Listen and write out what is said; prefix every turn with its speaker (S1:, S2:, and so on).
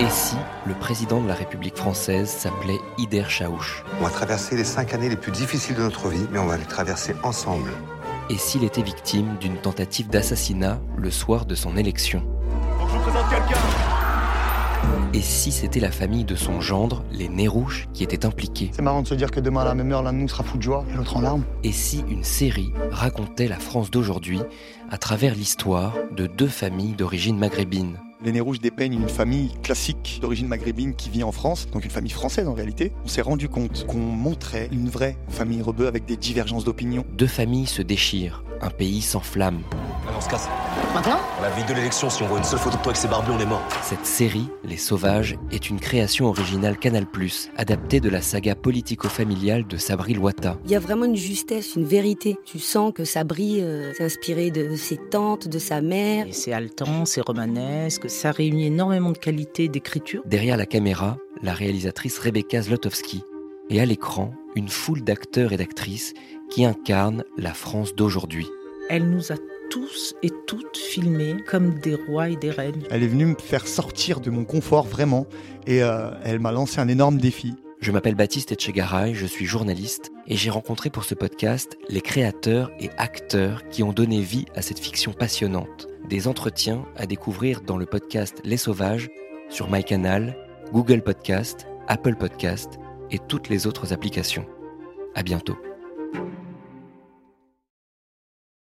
S1: Et si le président de la République française s'appelait Ider Chaouch
S2: On va traverser les cinq années les plus difficiles de notre vie, mais on va les traverser ensemble.
S1: Et s'il était victime d'une tentative d'assassinat le soir de son élection
S3: Donc je vous présente quelqu'un
S1: Et si c'était la famille de son gendre, les Nez Rouges, qui était impliquée
S4: C'est marrant de se dire que demain à la même heure, l'un de nous sera fou de joie et l'autre en larmes.
S1: Et si une série racontait la France d'aujourd'hui à travers l'histoire de deux familles d'origine maghrébine
S5: Les Nez Rouges dépeignent une famille classique d'origine maghrébine qui vit en France, donc une famille française en réalité. On s'est rendu compte qu'on montrait une vraie famille rebeu avec des divergences d'opinion.
S1: Deux familles se déchirent, un pays s'enflamme.
S6: Allez, on se casse.
S4: Maintenant
S6: La veille de l'élection, si on voit une seule photo de toi avec ses barbus, on est mort.
S1: Cette série, Les Sauvages, est une création originale Canal+, adaptée de la saga politico-familiale de Sabri Loata.
S7: Il y a vraiment une justesse, une vérité. Tu sens que Sabri euh, s'est inspiré de ses tantes, de sa mère.
S8: Et C'est haletant, c'est romanesque, ça réunit énormément de qualités d'écriture.
S1: Derrière la caméra, la réalisatrice Rebecca Zlotowski. Et à l'écran, une foule d'acteurs et d'actrices qui incarnent la France d'aujourd'hui.
S8: Elle nous a tous et toutes filmés comme des rois et des reines.
S5: Elle est venue me faire sortir de mon confort vraiment et euh, elle m'a lancé un énorme défi.
S1: Je m'appelle Baptiste Etchegaray, je suis journaliste et j'ai rencontré pour ce podcast les créateurs et acteurs qui ont donné vie à cette fiction passionnante. Des entretiens à découvrir dans le podcast Les Sauvages sur MyCanal, Google Podcast, Apple Podcast et toutes les autres applications. À bientôt.